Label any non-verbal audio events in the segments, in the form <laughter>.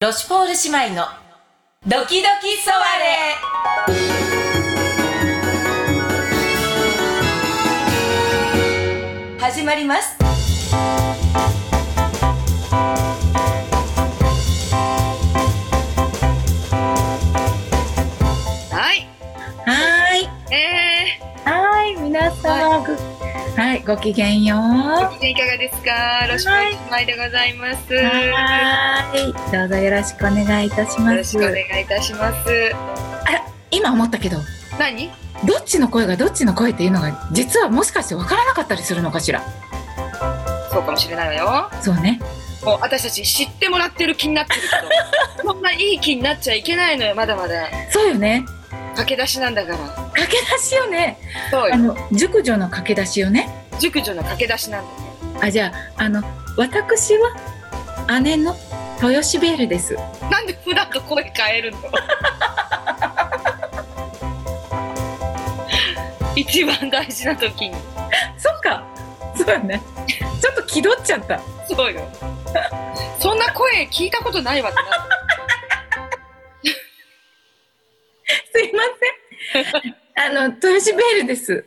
ロシュポール姉妹のドキドキソワレ始まりますはい。はい。えはい、皆様、ごはい、ごきげんよう。ー、はご機嫌いかがですか。ロシパイ姉妹でございます。よい、どうぞよろしくお願いいたしまろしすくお。願いいたします。今思ったけど、何？どっちの声がどっちの声っていうのが、実はもしかしてわからなかったりするのかしら。そうかもしれないわそうね。よ。もう私たち知ってもらってる気になってるけ <laughs> ど、そんないい気になっちゃいけないのよ。まだまだそうよね。駆け出しなんだから。駆け出しよね。そうあよ。の、熟女の駆け出しよね。熟女の駆け出しなんだね。あ、じゃあ、あの、私は姉の豊シベールです。なんで普段と声変え <laughs> るの？一番大事な時に。そっか。そうよ <laughs> ね。ちょっと気取っちゃった。すごいよ。 <laughs> そんな声聞いたことないわってなる。すいま <laughs> せん。あの、豊シベールです。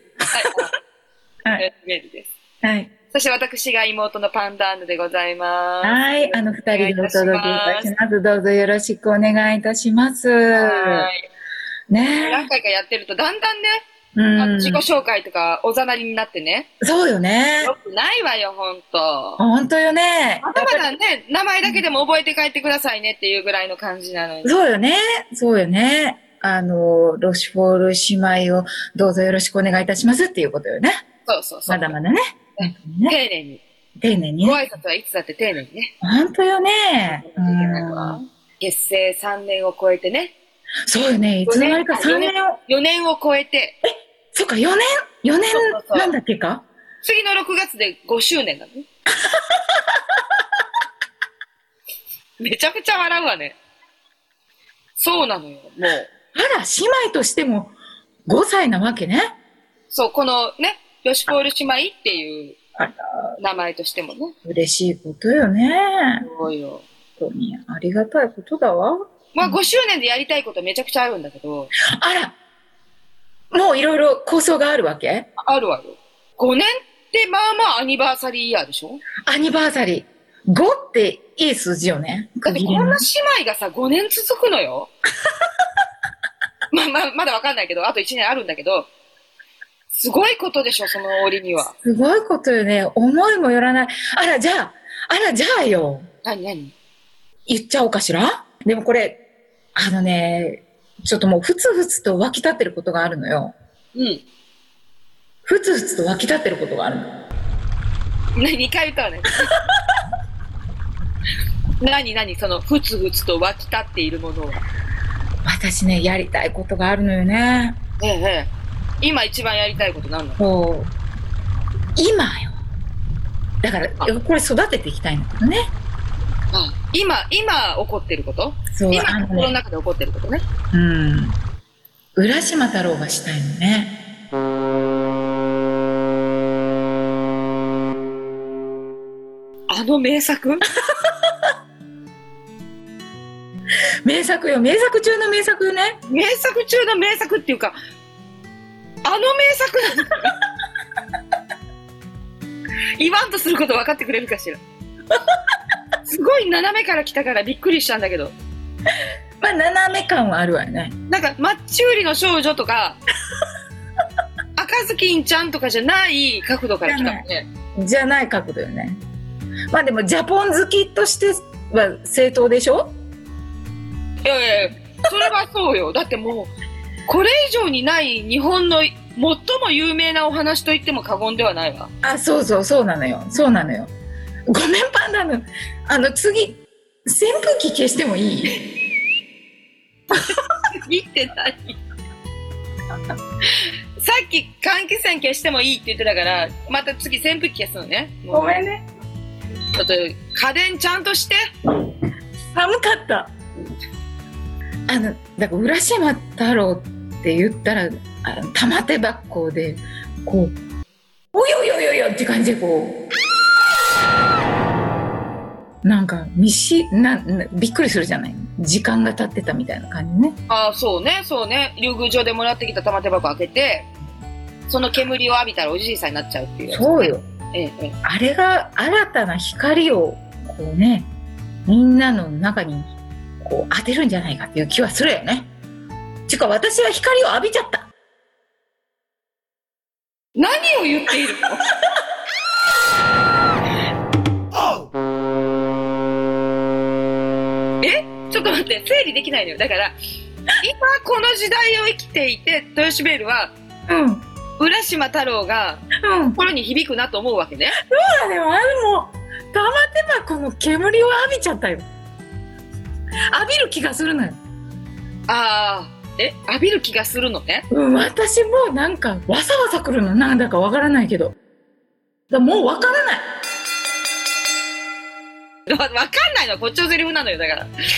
は。はいメールです。はい。そして私が妹のパンダーヌでございます。はい、あの二人でおお願届けいいいたたしします。どうぞよろしくお願いいたします。はいね何回かやってるとだんだんね、え、うあのん、自己紹介とかおざなりになってね、そうよね。よくないわよ、ほんと。本当よね。まだまだね、名前だけでも覚えて帰ってくださいねっていうぐらいの感じなのに。そうよね。そうよね。あの、ロシュフォール姉妹をどうぞよろしくお願いいたしますっていうことよね。そうそうそまう。だまだね。本当にね丁寧に。丁寧にごね。挨拶はいつだって丁寧にね。本当よね。ういけないわん結成3年を超えてね、そうよね。いつの間にか四3年年を、 4年を超えて、そっか、4年、4年そうそうなんだっけか次の6月で5周年なのね。めちゃくちゃ笑うわね。そうなのよ。もう、あら、姉妹としても5歳なわけね。そう、このね、ヨシポール姉妹っていうあら。名前としてもね。嬉しいことよねす。ごいよ。本当にありがたいことだわ。まあ5周年でやりたいことめちゃくちゃあるんだけど、あらもういろいろ構想があるわけあるある。5年ってまあまあアニバーサリーイヤーでしょアニバーサリー。5っていい数字よね。だってこんのな姉妹がさ、5年続くの <laughs> よ。まあまあ、まだわかんないけど、あと1年あるんだけど、すごいことでしょ、その折には。すごいことよね。思いもよらない。あら、じゃあ、あら、じゃあよ。何何言っちゃおうかしらでもこれ、あのね、ちょっともうふつふつと湧き立ってることがあるのよ。うん。ふつふつと湧き立ってることがあるの。何2回歌 <laughs> うね。何何その、ふつふつと湧き立っているものは。私ね、やりたいことがあるのよね。ええ、ええ。今一番やりたいこと何なのこう、今よ。だから、あこれ育てていきたいんだけどね。あ今、今起こってることそう、今あの心のね、中で起こってることね。うん。浦島太郎がしたいのね。あの名作名作よ、名作中の名作よね。名作中の名作っていうか、あの名作 <laughs> なの言わんとすること分かってくれるかしら。すごい斜めから来たからびっくりしたんだけど。まあ、斜め感はあるわよね。なんか、マッチ売りの少女と <laughs> か、赤ずきんちゃんとかじゃない角度から来たもんね。じゃない角度よね。まあでも、ジャポン好きとしては正当でしょいやいやいや、それはそうよ。だってもう、これ以上にない日本の最も有名なお話と言っても過言ではないわ。あ、そうそう、そうなのよ。そうなのよ。ごめん、パンダの、あの、次、扇風機消してもいい見てない。さっき換気扇消してもいいって言ってたから、また次扇風機消すのね。もうね。ちょっと家電ちゃんとして。寒かったあのだから浦島太郎って言ったらあの玉手箱でこう「およよよよ」って感じでこうなんか見しななびっくりするじゃない時間が経ってたみたいな感じねああ、そうね、そうね。竜宮城でもらってきた玉手箱開けて、その煙を浴びたらおじいさんになっちゃうっていうやつね、そうよええ。ええ、あれが新たな光をこうねみんなの中にこう当てるんじゃないかっていう気はするよねちゅうか私は光を浴びちゃった何を言っているのえちょっと待って、整理できないのよ。だから、今この時代を生きていて、豊島ベールは、うんうん浦島太郎が心に響くなと思うわけね。そうだねあれも玉手箱の煙を浴びちゃったよ浴びる気がするのよ、ああ、え、浴びる気がするのね。うん、私もうなんかわさわさくるのなんだかわからないけどだからもうわからないわわかんないのはこっちのセリフなのよ、だか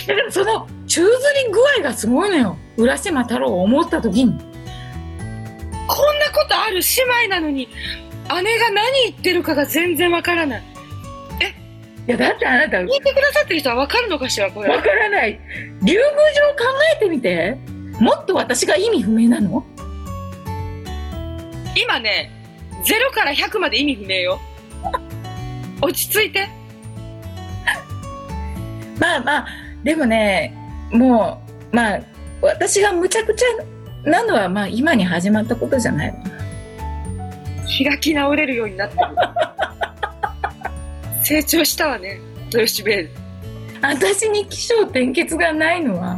ら。でもその宙吊り具合がすごいのよ浦島太郎を思った時にこんなことある姉妹なのに、姉が何言ってるかが全然わからない。いやだってあなた聞いてくださってる人はわかるのかしら、こわれ。からない竜宮城考えてみてもっと私が意味不明なの今ね、0から100まで意味不明よ。落ち着いて。まあまあでもねもうまあ私がむちゃくちゃなのはまあ今に始まったことじゃない開き直れるよう <laughs> になった。成長したわね、豊島ベール。私に起承転結がないのは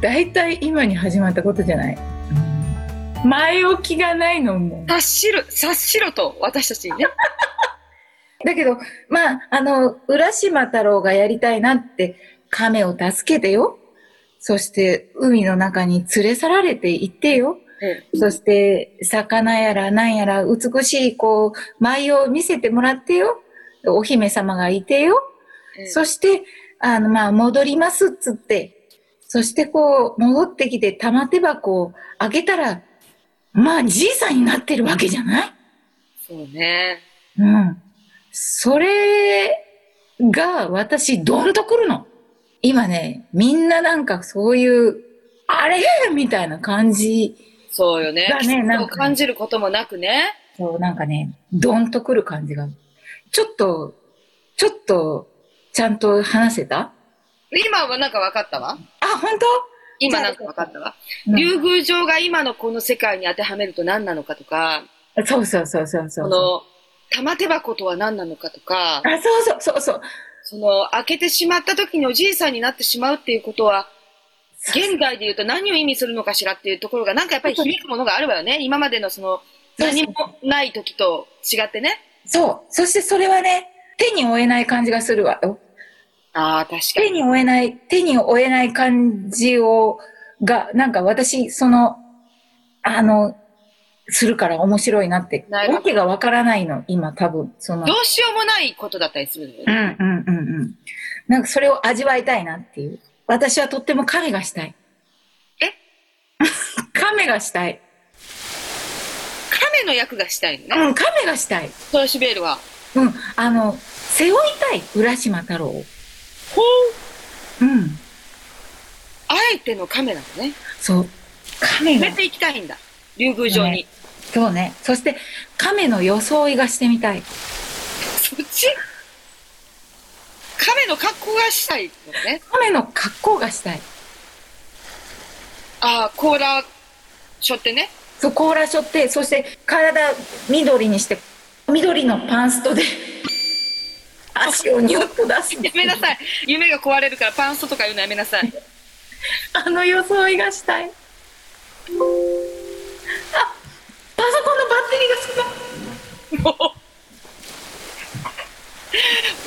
大体今に始まったことじゃない前置きがないのも察しろ、察しろと、私たちにね。だけど、まあ、あの、浦島太郎がやりたいなって、亀を助けてよ。そして、海の中に連れ去られて行ってよ。そして、魚やら何やら美しい、こう、舞を見せてもらってよ。お姫様がいてよ。そして、あの、まあ、戻りますっつって、そしてこう、戻ってきて玉手箱を開けたら、まあ、じいさんになってるわけじゃないそうね。うん。それが私、どんとくるの。今ね、みんななんかそういう、あれみたいな感じ。そうよね。だねなんかそう感じることもなくね。そう、なんかね、どんとくる感じが。ちょっと、ちょっと、ちゃんと話せた今はなんか分かったわ。あ、本今なんか分かったわ。当、うん竜宮城が今のこの世界に当てはめると何なのかとか、そうそうそうそうそこう。の玉手箱とは何なのかとか、あ、そうそうそうそう。その開けてしまった時におじいさんになってしまうっていうことは、現代で言うと何を意味するのかしらっていうところが、なんかやっぱり響くものがあるわよね。今までのその、そうそう何もない時と違ってね。そう。そしてそれはね、手に負えない感じがするわよ。ああ、確か手にに。負えない、手に負えない感じを、が、なんか私、その、あの、するから面白いなって。なるほどわけがわからないの、今多分。その、どうしようもないことだったりするのようんね。うんうんうん。なんかそれを味わいたいなっていう。私はとっても亀がしたい。え <laughs> 亀がしたい。亀の役がしたいのね。うん、亀がしたい。トヨシベールは。うん、あの、背負いたい、浦島太郎を。ほう。うん、あえての亀なのね。そう。亀連がれ。て行きたいんだ。竜宮城に。そうね。そして、亀の装いがしてみたい。そっち亀の格好がしたいのね。亀の格好がしたい。ああ、甲羅背負ってね。そう、甲羅背負って、そして体緑にして、緑のパンストで、足をニュッと出す。やめなさい。夢が壊れるからパンストとか言うのやめなさい。あの装いがしたい。あ、パソコンのバッテリーがもう。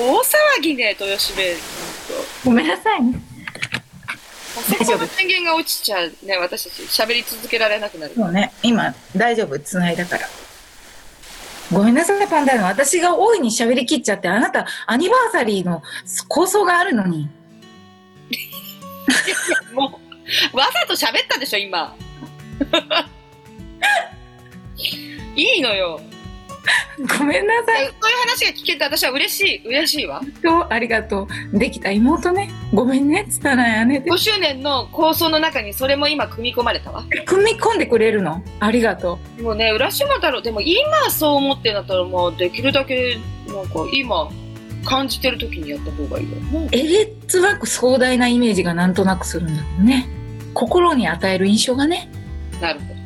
大騒ぎね、豊島ベール。少ない。ごめんなさいね。パソコンの電源が落ちちゃうね、私たち。喋り続けられな <laughs> くなる。そうね、今、大丈夫、繋いだから。ごめんなさい、パンダの。私が大いに喋りきっちゃって、あなた、アニバーサリーの構想があるのに。もう、わざと喋ったでしょ、今。いいのよ。ごめんなさい。そういう話が聞けて私は嬉しい、嬉しいわ。今日ありがとう。できた妹ね。ごめんね。つたない姉で5。周年の構想の中にそれも今組み込まれたわ。組み込んでくれるのありがともうね、浦島太郎、でも今そう思ってんだったらもうできるだけなんか今感じてる時にやった方がいいよ。もうう。えげつなく壮大なイメージがなんとなくするんだけどね。心に与える印象がね。なるほど。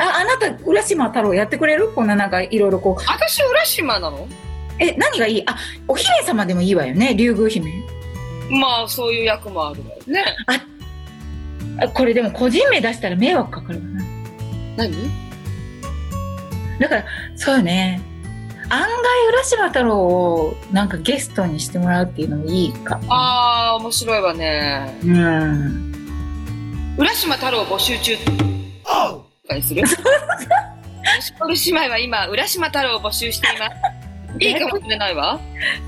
あ、あなた、浦島太郎やってくれるこんななんかいろいろこう。私浦島なのえ、何がいいあ、お姫様でもいいわよね。竜宮姫。まあそういう役もあるわよね。あこれでも個人名出したら迷惑かかるわな。何だから、そうよね。案外、浦島太郎をなんかゲストにしてもらうっていうのもいいか。ああ、面白いわね。うん。浦島太郎募集中 <laughs> とかにする西堀姉妹は今浦島太郎を募集していますいいかもしれないわ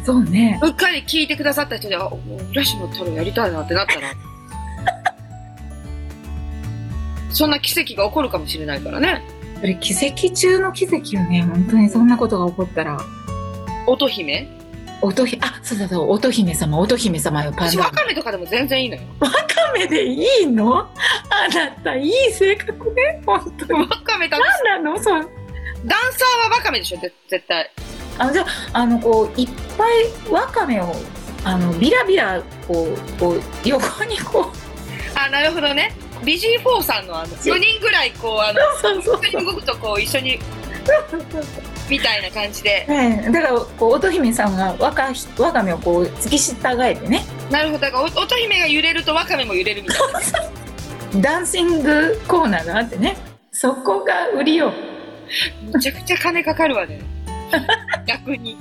そうね。うっかり聞いてくださった人であ浦島太郎やりたいなってなったらそんな奇跡が起こるかもしれないからねそれ奇跡中の奇跡よね。本当にそんなことが起こったら。乙姫乙姫、あ、そうそうそう、乙姫様、乙姫様よ、パン私ダわ。かめとかでも全然いいのよ <laughs> カメでいいのあなた、いい性格ね。本当に。わかめだダンサ何なのそう。ーはわかめでしょぜ絶対あ、じゃあ、あの、こう、いっぱいワカメを、あの、ビラビラ、こう、こう、横にこう、あなるほどねビジーフォーさんのあの4人ぐらいこうあのそうそう一緒に動くとこう一緒にみたいな感じで <laughs> ねえだから、こう、乙姫さんがワカ、ワカメをこう、突き従えてね。なるほどだからお乙姫が揺れるとワカメも揺れるみたいなダンシングコーナーがあってね。そこが売りよ。めちゃくちゃ金かかる <laughs> わね逆に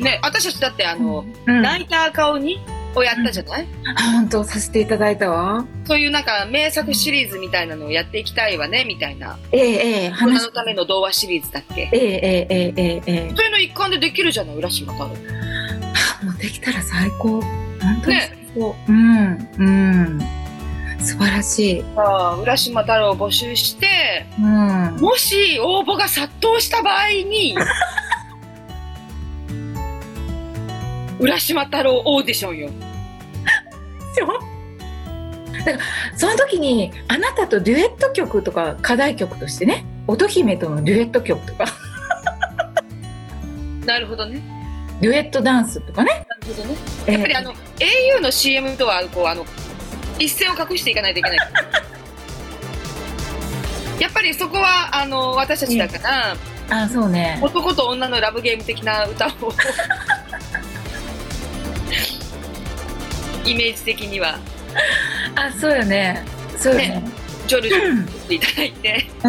ね私たちだってあの、うんライター顔にをやったじゃない、あ本当させていただいたわそういうなんか名作シリーズみたいなのをやっていきたいわねみたいなええええ大人話のための童話シリーズだっけええええええええそういうの一環でできるじゃない浦島太郎あもうできたら最高本当にね最高、うんうん素晴らしいああ浦島太郎を募集してうんもし応募が殺到した場合 <laughs> に浦島太郎オーディションよだからその時にあなたとデュエット曲とか課題曲としてね乙姫とのデュエット曲とか <laughs> なるほどねデュエットダンスとかね、なるほどねえやっぱりえあの au の CM とはこうあの一線を隠していかないと <laughs> いけないやっぱりそこはあの私たちだから、あそうね男と女のラブゲーム的な歌を <laughs> イメージ的にはあそうよねそうよねジョルジうュんっていただいてう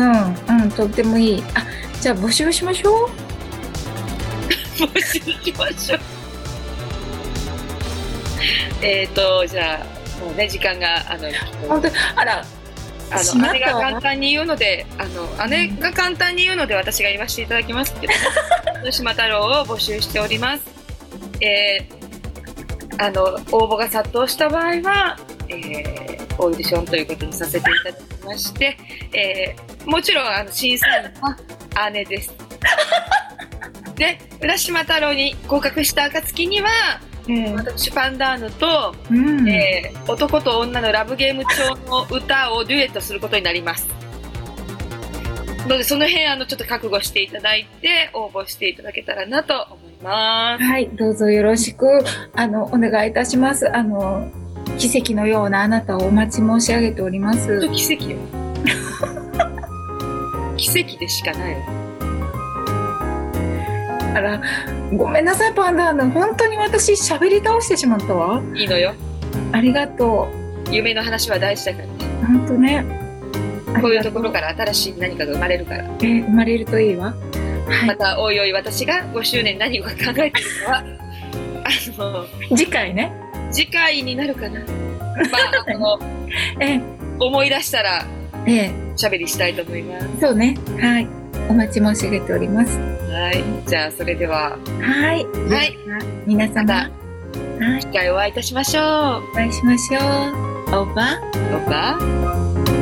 ん、うん、とってもいいあじゃあ募集しましょう <laughs> 募集しましょうえっとじゃあもうね時間があの本当にあらあしまったの姉がわ簡単に言うのであの姉が簡単に言うので私が言わせていただきます <laughs> けど「豊島太郎」を募集しております、えーあの応募が殺到した場合は、えーオーディションということにさせていただきまして、えーもちろんあの審査員は <laughs> 姉ですで浦島太郎に合格した暁にはえ私パンダーヌと、うんえー男と女のラブゲーム調の歌をデュエットすることになりますのでその辺あのちょっと覚悟していただいて応募していただけたらなと思いますはい、どうぞよろしくあのお願いいたします。あの奇跡のようなあなたをお待ち申し上げておりまちょす。っと奇跡よ <laughs> 奇跡でしかないわあら、ごめんなさいパンダあの本当に私喋り倒してしまったわ。いいのよありがと夢の話は大事だからねう。本当ね。こういうところから新しい何かが生まれるから、えー生まれるといいわ。はまたおいおい私が5周年何を考えているかはあい、次回ね。の次回になるかなまああのえ思い出したらーえ喋りしたいと思います。ーそうね。はい、お待ち申し上げております。はい。じゃあ、それでは、はい、はい。皆様、またはい、次回お会いいたしましょう。お会いしましょう。オーバー。バイバイ。